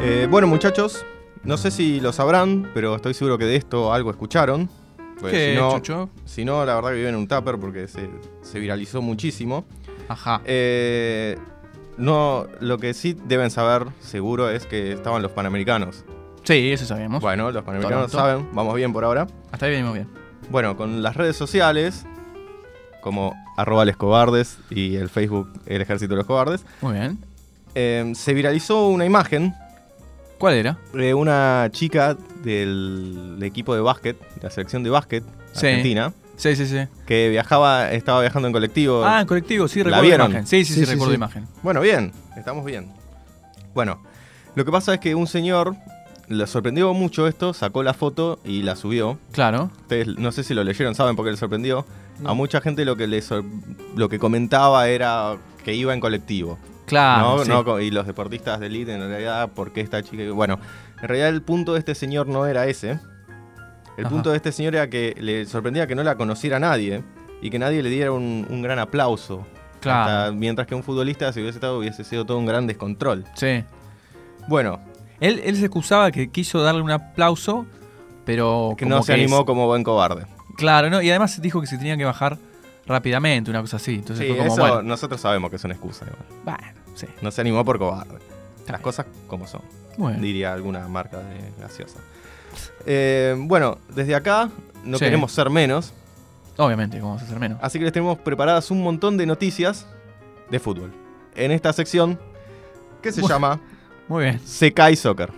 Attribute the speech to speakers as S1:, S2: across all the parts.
S1: Eh, bueno, muchachos, no sé si lo sabrán, pero estoy seguro que de esto algo escucharon. Pues,
S2: ¿Qué,
S1: si, no,
S2: Chucho?
S1: si no, la verdad que viven en un tupper porque se, se viralizó muchísimo.
S2: Ajá.
S1: Eh, no, lo que sí deben saber, seguro, es que estaban los panamericanos.
S2: Sí, eso sabíamos.
S1: Bueno, los panamericanos
S2: Toronto.
S1: saben, vamos bien por ahora.
S2: Hasta ahí venimos bien.
S1: Bueno, con las redes sociales, como arroba les cobardes y el Facebook el ejército de los cobardes,
S2: Muy bien.
S1: eh, se viralizó una imagen
S2: ¿Cuál era?
S1: de eh, una chica del equipo de básquet, de la selección de básquet
S2: Sí.
S1: argentina,
S2: Sí, sí, sí.
S1: que viajaba, estaba viajando en colectivo.
S2: Ah, en colectivo, sí, recuerdo
S1: vieron?
S2: imagen. Sí, sí, sí,
S3: Sí, sí,
S2: recuerdo
S3: sí.
S2: imagen.
S1: Bueno, bien, estamos bien. Bueno, lo que pasa es que un señor le sorprendió mucho esto, sacó la foto y la subió.
S2: Claro.
S1: Ustedes no sé si lo leyeron, saben por qué le sorprendió.
S3: No.
S1: A mucha gente lo que, le sor- lo que comentaba era que iba en colectivo.
S2: Claro.
S1: ¿no?
S2: Ah, sí.
S1: No co- y los deportistas de elite, en realidad, ¿por qué esta chica? Bueno, en realidad el punto de este señor no era ese. El
S2: Ajá.
S1: punto de este señor era que le sorprendía que no la conociera nadie y que nadie le diera un, un gran aplauso.
S2: Claro.
S1: Hasta- mientras que un futbolista, si hubiese estado, hubiese sido todo un gran descontrol.
S2: Sí.
S1: Bueno,
S2: Él, él se excusaba que quiso darle un aplauso, pero.
S1: que
S2: como
S1: no se animó
S2: es-
S1: como buen cobarde.
S2: Claro, no, y además dijo que se tenía que bajar rápidamente, una cosa así. Entonces
S1: Sí,
S2: fue como,
S1: eso
S2: bueno,
S1: nosotros sabemos que es una excusa. igual.
S2: bueno, sí.
S1: No se animó por cobarde. Las
S2: bien.
S1: cosas como son.
S2: Bueno,
S1: diría alguna marca de gaseosa. Eh, bueno, desde acá no
S2: Sí.
S1: queremos ser menos,
S2: obviamente, como vamos a hacer menos.
S1: así que les tenemos preparadas un montón de noticias de fútbol. En esta sección que se
S2: Bueno.
S1: llama
S2: Muy bien.
S1: Se cae soccer.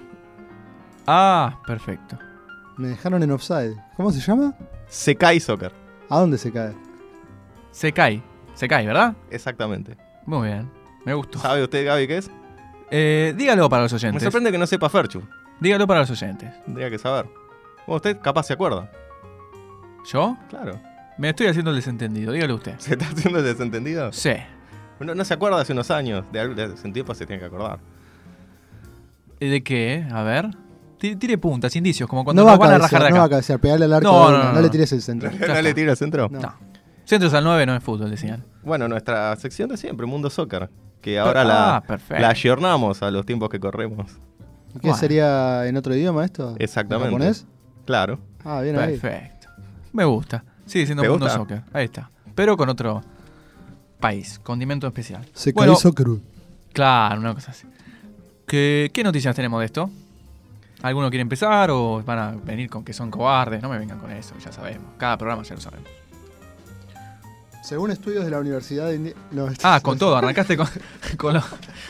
S2: Ah, perfecto.
S3: Me dejaron en offside. ¿Cómo se llama?
S1: Se cae soccer,
S3: ¿A dónde se cae?
S2: Se cae. Se cae, ¿verdad?
S1: exactamente.
S2: Muy bien. Me gustó.
S1: ¿Sabe usted, Gaby, qué es?
S2: Eh, dígalo para los
S1: Me
S2: oyentes.
S1: sorprende que no sepa Ferchu.
S2: Dígalo para los oyentes.
S1: Tendría que saber. Bueno, usted capaz se acuerda.
S2: ¿Yo?
S1: Claro.
S2: Me estoy haciendo el desentendido, dígalo usted.
S1: ¿Se está haciendo el desentendido?
S2: Sí.
S1: No, no se acuerda hace unos años. De, algo- de hace un tiempo se tiene que acordar.
S2: ¿Y Eh, ¿De qué? A ver. Ti- Tire puntas, indicios, como cuando
S3: No va,
S2: nos
S3: a
S2: van a rajar
S3: cabecear,
S2: de acá.
S3: no va a cabecear. Pegale al arco.
S2: No,
S3: de
S2: no,
S3: una,
S2: no,
S3: no le
S2: no.
S3: tires el centro.
S1: ¿No le tiro el centro?
S3: No.
S2: No. Centros al 9 no es fútbol, decían.
S1: Bueno, nuestra sección de siempre, Mundo Soccer, que ahora
S2: Ah, perfecto.
S1: la, la ayornamos a los tiempos que corremos.
S3: ¿Qué
S2: Bueno.
S3: sería en otro idioma esto? ¿En
S1: Exactamente.
S3: japonés?
S1: Claro.
S3: Ah, bien ahí.
S2: Perfecto. Me gusta. Sigue siendo
S1: ¿Te
S2: mundo
S1: gusta?
S2: soccer. Ahí está. Pero con otro país, condimento especial.
S3: Se
S2: Bueno,
S3: cae soccer.
S2: Claro, una cosa así. ¿Qué, qué noticias tenemos de esto? ¿Alguno quiere empezar o van a venir con que son cobardes? No me vengan con eso, ya sabemos. Cada programa ya lo sabemos.
S3: Según estudios de la Universidad de Indi- No,
S2: Ah, con todo, arrancaste con, con los,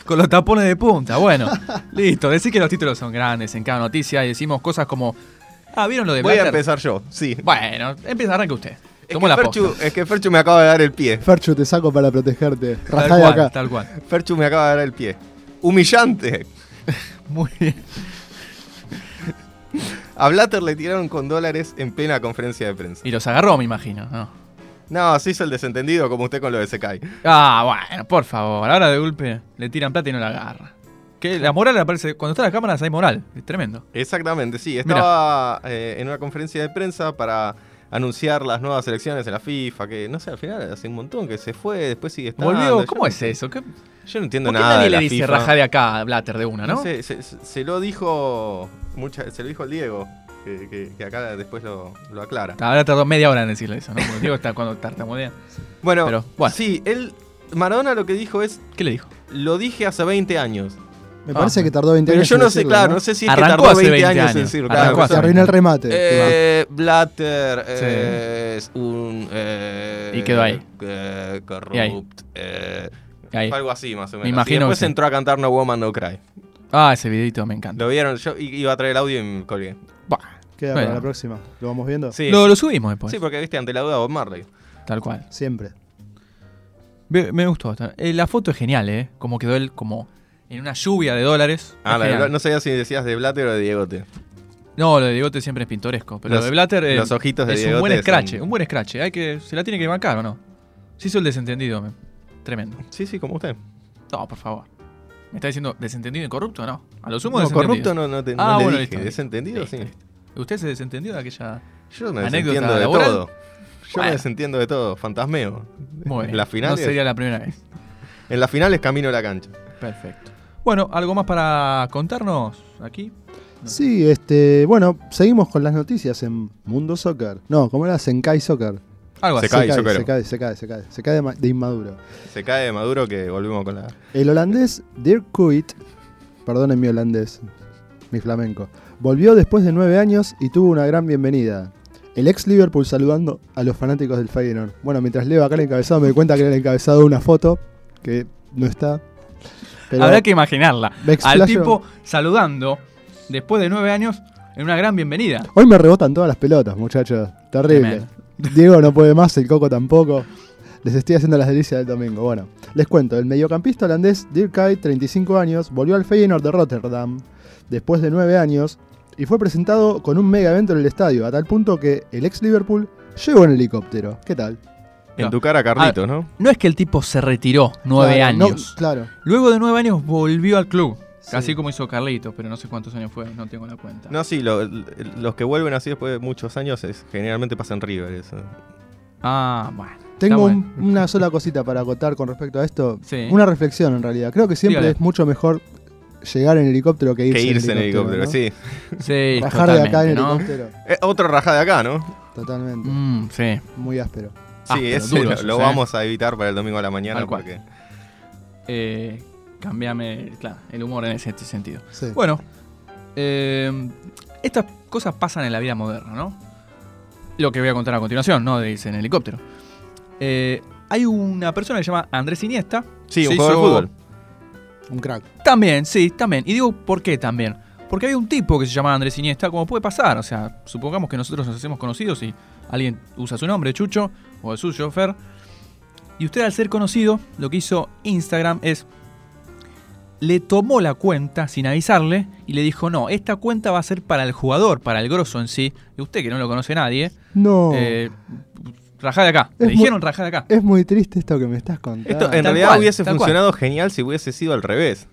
S2: con los tapones de punta. Bueno, listo. Decís que los títulos son grandes en cada noticia y decimos cosas como. Ah, ¿vieron lo de
S1: Voy a
S2: Blatter?
S1: empezar yo, sí.
S2: Bueno, empieza, arranque usted.
S1: Es
S2: Tomó
S1: que,
S2: la
S1: Ferchu,
S2: posta.
S1: es que Ferchu me acaba de dar el pie.
S3: Ferchu, te saco para protegerte.
S2: Tal
S3: Rajá de
S2: cual,
S3: acá.
S2: tal cual.
S1: Ferchu me acaba de dar el pie. Humillante.
S2: Muy bien.
S1: A Blatter le tiraron con dólares en plena conferencia de prensa.
S2: Y los agarró, me imagino. ¿no?
S1: No, se hizo el desentendido como usted con lo de Sekai.
S2: Ah, bueno, por favor. Ahora de golpe le tiran plata y no la agarra. Que la moral aparece. Cuando están las cámaras hay moral. Es tremendo.
S1: Exactamente, sí. Estaba eh, en una conferencia de prensa para anunciar las nuevas elecciones en la FIFA, que no sé, al final hace un montón que se fue, después sigue estando.
S2: Volvió.
S1: Yo
S2: ¿Cómo
S1: no
S2: es
S1: sé.
S2: eso? ¿Qué-
S1: Yo no entiendo
S2: ¿Por qué
S1: nada
S2: nadie
S1: de
S2: le
S1: la
S2: dice
S1: FIFA.
S2: raja de acá a Blatter de una, no?
S1: Se, se- se lo dijo mucha- se lo dijo el Diego, que, que- que acá después lo, lo aclara.
S2: Ahora tardó media hora en decirle eso, ¿no? Porque digo, está cuando tartamudea.
S1: Bueno,
S2: Pero, bueno.
S1: sí, él Maradona lo que dijo es
S2: ¿Qué le dijo?
S1: lo dije hace 20 años.
S3: Me
S2: Ah.
S3: parece que tardó 20
S1: Pero
S3: años.
S1: yo
S3: en
S1: no sé,
S3: decirlo,
S1: claro, no sé si es que
S2: Arrancó
S1: tardó 20,
S2: hace 20
S1: años en
S2: años.
S1: decirlo.
S2: Arrancó
S1: claro, pues,
S2: hace
S3: Se arruinó el remate.
S1: Eh, Blatter
S2: Sí.
S1: eh, es un. eh,
S2: Y quedó ahí.
S1: eh,
S2: Y ahí.
S1: corrupt. eh,
S2: Ahí.
S1: fue Algo así, más o menos.
S2: Me
S1: Y
S2: imagino
S1: después
S2: que sí.
S1: entró a cantar No Woman No Cry.
S2: Ah, ese videito me encanta.
S1: Lo vieron, yo i- iba a traer el audio y me colgué.
S2: Bah.
S3: Queda
S2: Bueno.
S3: para la próxima. Lo vamos viendo.
S1: Sí,
S2: Lo, lo subimos después.
S1: sí porque viste ante la duda Bob Marley.
S2: Tal cual.
S3: Siempre.
S2: Ve- Me gustó. bastante. Eh, la foto es genial, ¿eh? Como quedó él como en una lluvia de dólares.
S1: Ah, la
S2: Es
S1: de
S2: genial.
S1: Bla- no sabía si decías de Blatter o de Diegote.
S2: No, lo de Diegote siempre es pintoresco. Pero
S1: Los-
S2: lo de Blatter eh,
S1: los ojitos de
S2: es un
S1: Diegote
S2: buen
S1: son-
S2: escrache. Un buen escrache. Hay que, se la tiene que bancar o no. Se hizo el desentendido. me- Tremendo.
S1: Sí, sí, como usted.
S2: No, por favor. ¿Me está diciendo desentendido y corrupto? No. A lo sumo
S1: No, corrupto
S2: desentendido.
S1: no, no te
S2: Ah,
S1: no le
S2: bueno,
S1: dije.
S2: listo.
S1: Desentendido, sí.
S2: ¿Usted se desentendió de aquella.?
S1: Yo me
S2: Anécdota
S1: desentiendo de
S2: laboral.
S1: todo. Yo
S2: Bueno.
S1: me desentiendo de todo. Fantasmeo.
S2: Muy bien.
S1: En las finales,
S2: No sería la primera vez.
S1: en las finales camino a la cancha.
S2: Perfecto. Bueno, ¿algo más para contarnos aquí?
S3: Sí, este, bueno, seguimos con las noticias en Mundo Soccer. No, ¿cómo era? Senkai Soccer.
S2: Algo así.
S1: Se cae,
S3: se cae,
S1: Soccer.
S3: se cae, se cae, se cae, se cae de, ma- de inmaduro.
S1: Se cae de Maduro que volvimos con la.
S3: El holandés Dirk Kuyt, perdonen mi holandés, mi flamenco, volvió después de nueve años y tuvo una gran bienvenida. El ex Liverpool saludando a los fanáticos del Feyenoord. Bueno, mientras leo acá el encabezado me doy cuenta que era el encabezado de una foto que no está. Pero
S2: Habrá que imaginarla.
S3: me explayo.
S2: Al tipo saludando, después de nueve años, en una gran bienvenida.
S3: Hoy me rebotan todas las pelotas, muchachos. Terrible. Diego no puede más, el Coco tampoco. Les estoy haciendo las delicias del domingo. Bueno, les cuento. El mediocampista holandés Dirk Kuyt, 35 años, volvió al Feyenoord de Rotterdam después de 9 años y fue presentado con un mega evento en el estadio, a tal punto que el ex Liverpool llegó en helicóptero. ¿Qué tal?
S1: En tu cara, Carlitos, ¿no?
S2: Ah, No es que el tipo se retiró nueve
S3: Claro, no,
S2: años.
S3: claro.
S2: Luego de nueve años volvió al club.
S3: Sí.
S2: Así como hizo Carlitos, pero no sé cuántos años fue, no tengo la cuenta.
S1: No, sí, lo- los que vuelven así después de muchos años es, generalmente pasan River. eso.
S2: Ah, bueno.
S3: Tengo
S2: Está
S3: un- una sola cosita para acotar con respecto a esto.
S2: Sí.
S3: Una reflexión en realidad. Creo que siempre
S2: Dígala.
S3: es mucho mejor llegar en helicóptero que irse,
S1: que irse en helicóptero,
S3: ¿no?
S1: sí.
S2: Sí,
S3: Bajar de acá
S2: totalmente,
S3: en
S2: ¿no?
S3: helicóptero.
S1: Eh, otro rajá de acá, ¿no?
S3: Totalmente.
S2: Mm, sí.
S3: Muy áspero.
S2: Áspero,
S1: sí, ese
S2: duro
S1: lo,
S2: esos,
S1: lo
S2: ¿eh?
S1: vamos a evitar para el domingo a la mañana
S2: Tal cual.
S1: porque
S2: Eh, cambiame claro, el humor en ese sentido.
S3: Sí.
S2: Bueno, eh, estas cosas pasan en la vida moderna, ¿no? Lo que voy a contar a continuación, ¿no? De irse en helicóptero. Eh, hay una persona que se llama Andrés Iniesta.
S1: Sí, un
S2: Se
S1: jugador de
S2: hizo-
S1: fútbol.
S3: un crack.
S2: También, sí, también. Y digo, ¿por qué también? Porque había un tipo que se llamaba Andrés Iniesta, como puede pasar. O sea, supongamos que nosotros nos hacemos conocidos y alguien usa su nombre, Chucho, o el suyo, Fer. Y usted al ser conocido, lo que hizo Instagram es... Le tomó la cuenta sin avisarle y le dijo, no, esta cuenta va a ser para el jugador, para el grosso en sí. Y usted que no lo conoce nadie,
S1: Oh.
S3: No.
S2: eh, rajá de acá.
S3: Es
S2: le
S3: muy-
S2: dijeron rajá de acá.
S3: es muy triste esto que me estás contando.
S1: Esto en
S2: Tal
S1: realidad
S2: cual,
S1: hubiese
S2: tal cual.
S1: funcionado genial si hubiese sido al revés.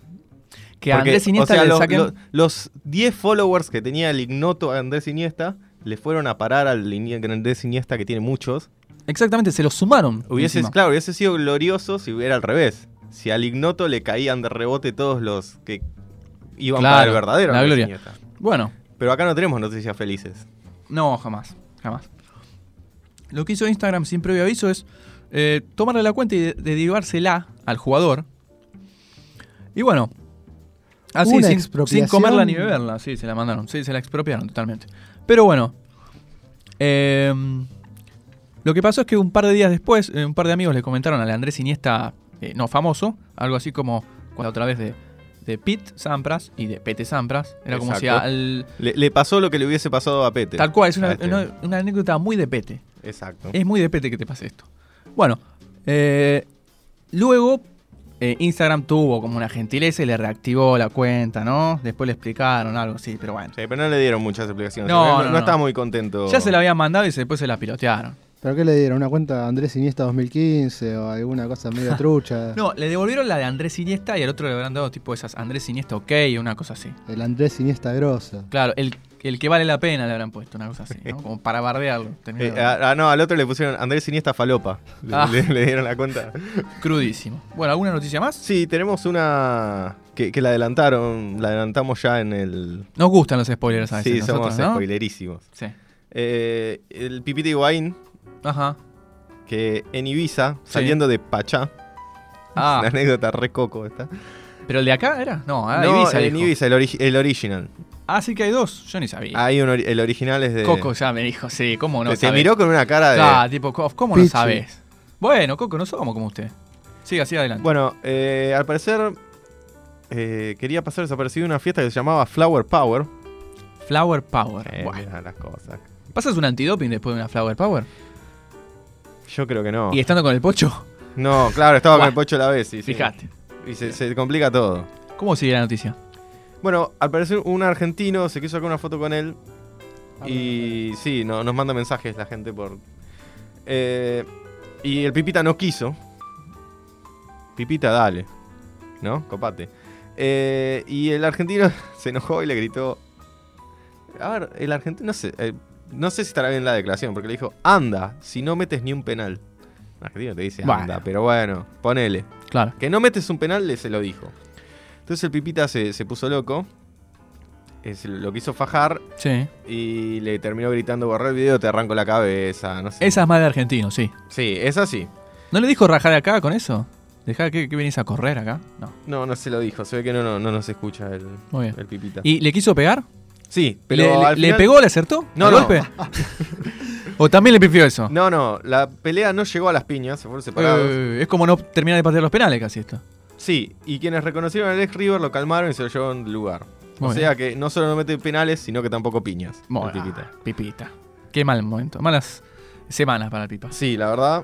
S2: Que a
S1: Porque,
S2: Andrés Iniesta
S1: o sea,
S2: le
S1: los,
S2: saquen...
S1: los- los 10 followers que tenía el ignoto Andrés Iniesta le fueron a parar al Ini- Andrés Iniesta que tiene muchos.
S2: Exactamente, se lo sumaron.
S1: Hubiese,
S2: encima.
S1: claro, hubiese sido glorioso si hubiera al revés. Si al ignoto le caían de rebote todos los que iban
S2: Claro,
S1: para el verdadero
S2: la
S1: Andrés
S2: gloria.
S1: Iniesta.
S2: Bueno,
S1: Pero acá no tenemos noticias felices.
S2: No, jamás, jamás. Lo que hizo Instagram sin previo aviso es eh, tomarle la cuenta y de- derivársela al jugador. Y bueno, así
S3: Una
S2: sin,
S3: expropiación.
S2: sin comerla ni beberla, sí, se la mandaron, sí, se la expropiaron totalmente. Pero bueno, eh, lo que pasó es que un par de días después, eh, un par de amigos le comentaron al Andrés Iniesta, eh, no famoso, algo así como cuando a través de, de Pete Sampras y de Pete Sampras, era como si
S1: Exacto.
S2: al,
S1: Le, le pasó lo que le hubiese pasado a Pete.
S2: Tal cual, es
S1: A
S2: una,
S1: este.
S2: una- una anécdota muy de pete.
S1: Exacto.
S2: Es muy de pete que te pase esto. Bueno, eh, luego eh, Instagram tuvo como una gentileza y le reactivó la cuenta, ¿no? Después le explicaron algo así, pero bueno.
S1: Sí, pero no le dieron muchas explicaciones.
S2: No,
S1: No,
S2: no,
S1: no,
S2: no.
S1: estaba muy contento.
S2: Ya se la habían mandado y se- después se la pilotearon.
S3: ¿Pero qué le dieron? ¿Una cuenta Andrés Iniesta 2015 o alguna cosa medio trucha?
S2: No, le devolvieron la de Andrés Iniesta y al otro le habrán dado tipo esas Andrés Iniesta OK o una cosa así.
S3: El Andrés Iniesta grosso.
S2: Claro, el, el que vale la pena le habrán puesto, una cosa así, ¿no? Como para bardearlo. terminar
S1: Eh,
S2: de bardearlo.
S1: ah, ah, no, al otro le pusieron Andrés Iniesta Falopa. Le,
S2: Ah.
S1: le- le dieron la cuenta.
S2: Crudísimo. Bueno, ¿alguna noticia más?
S1: Sí, tenemos una que, que la adelantaron, la adelantamos ya en el...
S2: Nos gustan los spoilers a veces.
S1: sí,
S2: nosotros,
S1: somos
S2: ¿no?
S1: spoilerísimos.
S2: Sí.
S1: Eh, el Pipita Higuaín,
S2: Ajá.
S1: que en Ibiza,
S2: Sí.
S1: saliendo de Pachá,
S2: Ah.
S1: una anécdota re coco esta.
S2: ¿Pero el de acá era? No, ah,
S1: No,
S2: Ibiza,
S1: en
S2: dijo.
S1: Ibiza, el, ori- el original.
S2: Ah, sí que hay dos. Yo ni sabía.
S1: Hay un ori- el original es de...
S2: Coco ya me dijo, sí, ¿cómo no
S1: te, te
S2: sabés?
S1: miró con una cara de...
S2: Claro, tipo, co- ¿cómo no
S3: Pichi.
S2: sabes? Bueno, Coco, no somos como usted. Siga, así adelante.
S1: Bueno, eh, al parecer eh, quería pasar desapercibido una fiesta que se llamaba Flower Power.
S2: Flower Power.
S1: Eh,
S2: Buah.
S1: mirá las cosas.
S2: ¿Pasas un antidoping después de una Flower Power?
S1: Yo creo que no.
S2: ¿Y estando con el pocho?
S1: No, claro, estaba con
S2: Buah.
S1: el pocho a la vez. sí, sí.
S2: Fíjate.
S1: Y se, se complica todo.
S2: ¿Cómo sigue la noticia?
S1: Bueno, al parecer un argentino se quiso sacar una foto con él. Y sí, no, nos manda mensajes la gente por... Eh, y el Pipita no quiso. Pipita, dale. ¿No? Copate. Eh, y el argentino se enojó y le gritó... A ver, el argentino... No sé, eh, no sé si estará bien la declaración, porque le dijo, anda, si no metes ni un penal. El argentino te dice,
S2: Bueno.
S1: anda, pero bueno, ponele.
S2: Claro.
S1: Que no metes un penal, le se lo dijo. Entonces el Pipita se, se puso loco. Es lo que hizo fajar
S2: Sí.
S1: y le terminó gritando: borré el video, te arranco la cabeza. No sé.
S2: Esa es más de argentino, sí.
S1: Sí, esa sí.
S2: ¿No le dijo rajar acá con eso? ¿Dejá que, que venís a correr acá? No.
S1: No, no se lo dijo. Se ve que no, no, no nos escucha el,
S2: Muy bien.
S1: el Pipita.
S2: ¿Y le quiso pegar?
S1: sí, pero
S2: ¿Le, le-
S1: al
S2: le
S1: final-
S2: pegó? ¿Le acertó?
S1: No,
S2: ¿Al
S1: no.
S2: golpe? ¿O también le pifió eso?
S1: No, no, la pelea no llegó a las piñas, se fueron separados.
S2: Eh, es como no terminar de patear los penales casi esto.
S1: Sí, y quienes reconocieron al ex River lo calmaron y se lo llevaron del lugar.
S2: Muy
S1: o
S2: bien.
S1: sea que no solo no mete penales, sino que tampoco piñas. el
S2: Bueno,
S1: Pipita.
S2: Pipita. Qué mal momento. Malas semanas para el Pipa.
S1: Sí, la verdad.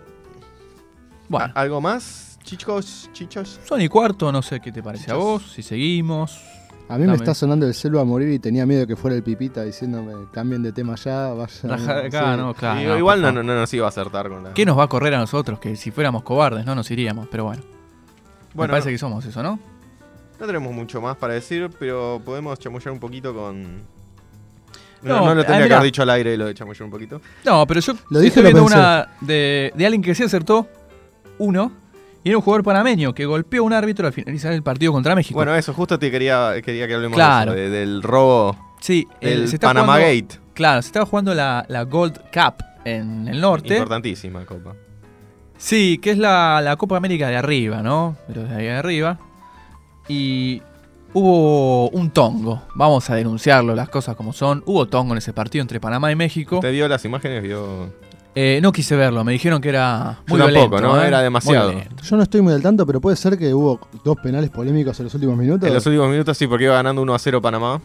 S2: Bueno,
S1: a- ¿Algo más? Chicos, chichos.
S2: son y cuarto, no sé qué te parece a
S1: ah. Muchas-
S2: vos, si seguimos.
S3: A mí
S2: Dame.
S3: me está sonando el celo a morir y tenía miedo que fuera el pipita diciéndome cambien de tema ya, vayan.
S2: Raja de acá,
S3: sí.
S2: no, claro.
S1: Y
S2: no,
S1: igual
S2: por
S1: no,
S2: favor.
S1: no, no nos iba a acertar con la.
S2: ¿Qué nos va a correr a nosotros? Que si fuéramos cobardes, no nos iríamos, pero bueno.
S1: Bueno,
S2: me parece
S1: no,
S2: que somos eso, ¿no?
S1: no tenemos mucho más para decir, pero podemos chamullar un poquito con. No,
S2: No,
S1: no lo
S2: ah,
S1: tendría que
S2: mirá.
S1: haber dicho al aire lo de chamullar un poquito.
S2: No, pero yo
S3: Lo dije,
S2: estoy
S3: lo
S2: viendo
S3: pensé.
S2: una de, de alguien que sí acertó uno y era un jugador panameño que golpeó a un árbitro al finalizar el partido contra México.
S1: Bueno, eso, justo te quería, quería que hablemos
S2: Claro.
S1: de eso, de- del robo
S2: sí, el-
S1: del
S2: Eh, se está
S1: Panama
S2: jugando-
S1: Gate.
S2: Claro, se estaba jugando la, la Gold Cup en el norte.
S1: Importantísima copa.
S2: Sí, que es la, la Copa América de arriba, ¿no? Pero de ahí arriba. Y hubo un tongo. Vamos a denunciarlo, las cosas como son. Hubo tongo en ese partido entre Panamá y México.
S1: ¿Usted vio las imágenes? Vio.
S2: Eh, no quise verlo, me dijeron que era
S1: Yo
S2: muy
S1: tampoco,
S2: violento,
S1: ¿no?
S2: ¿eh?
S1: Era
S2: Muy
S1: demasiado.
S2: violento.
S3: Yo no estoy muy al tanto, pero puede ser que hubo dos penales polémicos en los últimos minutos.
S1: En los últimos minutos sí, porque iba ganando 1 a 0 Panamá.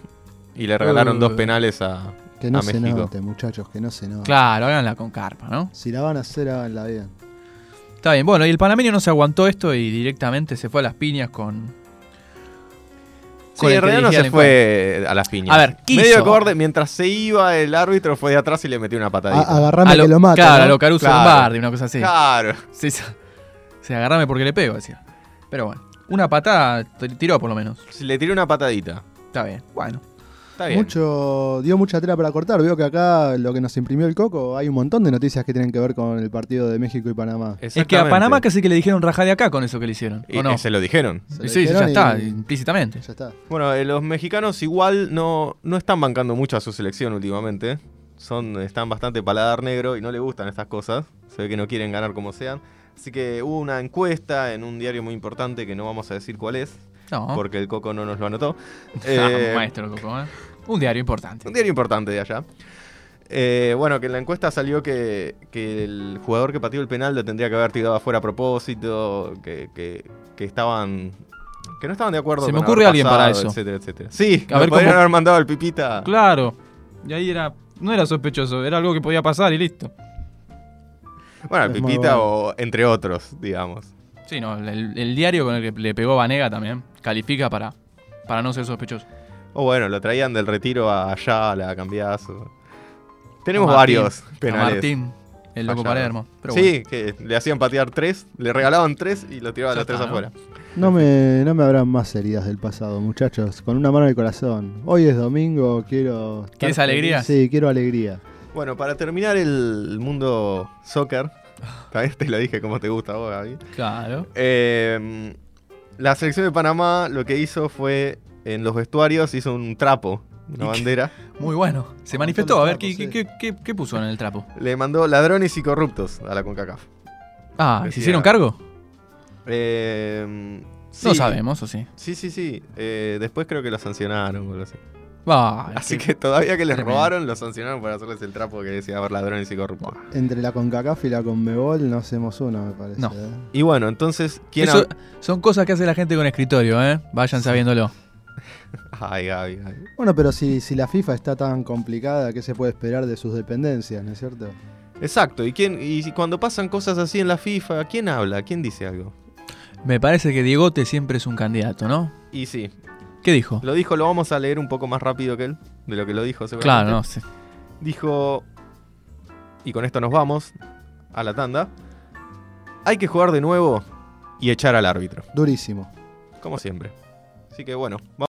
S1: Y le regalaron
S2: Uh.
S1: dos penales a.
S3: que no
S1: a
S3: se
S1: México.
S3: note, muchachos, que no se note.
S2: Ah, Claro, háganla con carpa, ¿no?
S3: Si la van a hacer, háganla bien.
S2: Está bien, bueno, y el panameño no se aguantó esto y directamente se fue a las piñas con...
S1: Sí,
S2: el
S1: en
S2: que
S1: realidad no
S2: dirigía el
S1: se fue a las piñas.
S2: A ver, quiso.
S1: Medio acorde, mientras se iba el árbitro fue de atrás y le metió una patadita.
S3: A- agarrame
S2: A lo-
S3: que lo mata.
S2: Claro, a
S3: ¿no?
S2: lo Caruso
S1: Claro.
S2: Lombardi, una cosa así.
S1: Claro.
S2: Sí, sí. Sí, agarrame porque le pego, decía. Pero bueno, una patada t- tiró por lo menos.
S1: Sí, Le tiró una patadita.
S2: Está bien. Bueno,
S1: Está bien.
S3: Mucho, dio mucha tela para cortar. Veo que acá lo que nos imprimió el coco, hay un montón de noticias que tienen que ver con el partido de México y Panamá.
S2: es que a Panamá
S1: que
S2: casi que le dijeron rajá de acá con eso que le hicieron. ¿O no?
S1: eh, Se lo dijeron.
S3: Se lo
S2: Y sí, sí, ya
S3: dijeron
S2: está,
S3: y-
S2: implícitamente.
S3: Ya está.
S1: Bueno, eh, los mexicanos igual no, no están bancando mucho a su selección últimamente. Son, están bastante paladar negro y no le gustan estas cosas. Se ve que no quieren ganar como sean. Así que hubo una encuesta en un diario muy importante que no vamos a decir cuál es,
S2: No,
S1: porque el Coco no nos lo anotó.
S2: Ah,
S1: Eh,
S2: maestro Coco, ¿eh? Un diario importante.
S1: un diario importante de allá. Eh, bueno, que en la encuesta salió que, que el jugador que pateó el penal lo tendría que haber tirado afuera a propósito, que, que- que estaban... Que no estaban de acuerdo
S2: Se me
S1: con
S2: ocurre
S1: haber
S2: alguien para
S1: pasado,
S2: eso.
S1: Etcétera, etcétera. Sí,
S2: A
S1: a
S2: ver
S1: ver podrían
S2: cómo-
S1: haber mandado al Pipita.
S2: Claro. Y ahí era. No era sospechoso, era algo que podía pasar y listo.
S1: Bueno, al
S3: Es muy
S1: Pipita
S3: bueno.
S1: o entre otros, digamos.
S2: Sí, no, el, el diario con el que le pegó Vanega también califica para, para no ser sospechoso.
S1: O bueno, lo traían del retiro a allá, a la cambiazo. Tenemos
S2: A Martín,
S1: varios penales.
S2: A Martín, el loco
S1: Fallado.
S2: Palermo. Pero bueno.
S1: sí, que le hacían patear tres, le regalaban tres y lo tiraban
S2: Ya
S1: los tres
S2: está, ¿no?
S1: afuera.
S3: No me, no me habrán más heridas del pasado, muchachos. Con una mano en el corazón. Hoy es domingo, quiero. estar
S2: ¿Quieres
S3: feliz.
S2: alegría?
S3: Sí, quiero alegría.
S1: Bueno, para terminar el mundo soccer, también te lo dije como te gusta a vos, Gaby.
S2: Claro.
S1: Eh, la selección de Panamá lo que hizo fue, en los vestuarios, hizo un trapo,
S2: ¿Y
S1: una
S2: qué?
S1: bandera.
S2: Muy bueno. Se
S3: Aguantó
S2: manifestó.
S3: los
S2: A ver, ¿qué,
S3: trapos,
S2: qué,
S3: sí.
S2: qué- qué- qué puso en el trapo?
S1: Le mandó ladrones y corruptos a la CONCACAF.
S2: Ah, ¿se
S1: Decía-
S2: hicieron cargo?
S1: Eh, sí,
S2: No sabemos, o sí.
S1: Sí, sí, sí. Eh, después creo que lo sancionaron o algo así.
S2: Va,
S1: Así
S2: qué-
S1: que todavía que les
S2: tremendo.
S1: robaron, lo sancionaron para hacerles el trapo que decía haber ladrones y corruptos.
S3: Entre la CONCACAF y la CONMEBOL no hacemos uno, me parece.
S2: No.
S3: ¿eh?
S1: Y bueno, entonces, ¿quién
S2: eso-
S1: ha-
S2: son cosas que hace la gente con escritorio, ¿eh? Vayan sabiéndolo.
S1: Ay, Gaby, ay.
S3: Bueno, pero si, si la FIFA está tan complicada, ¿qué se puede esperar de sus dependencias, no es cierto?
S1: Exacto, y quién y cuando pasan cosas así en la FIFA, ¿quién habla? ¿Quién dice algo?
S2: Me parece que Diegote siempre es un candidato, ¿no?
S1: Y sí,
S2: ¿Qué dijo?
S1: lo dijo, lo vamos a leer un poco más rápido que él, de lo que lo dijo seguramente.
S2: Claro, no sé.
S1: Dijo, y con esto nos vamos a la tanda, hay que jugar de nuevo y echar al árbitro,
S3: Durísimo.
S1: como siempre. Así que bueno, vamos.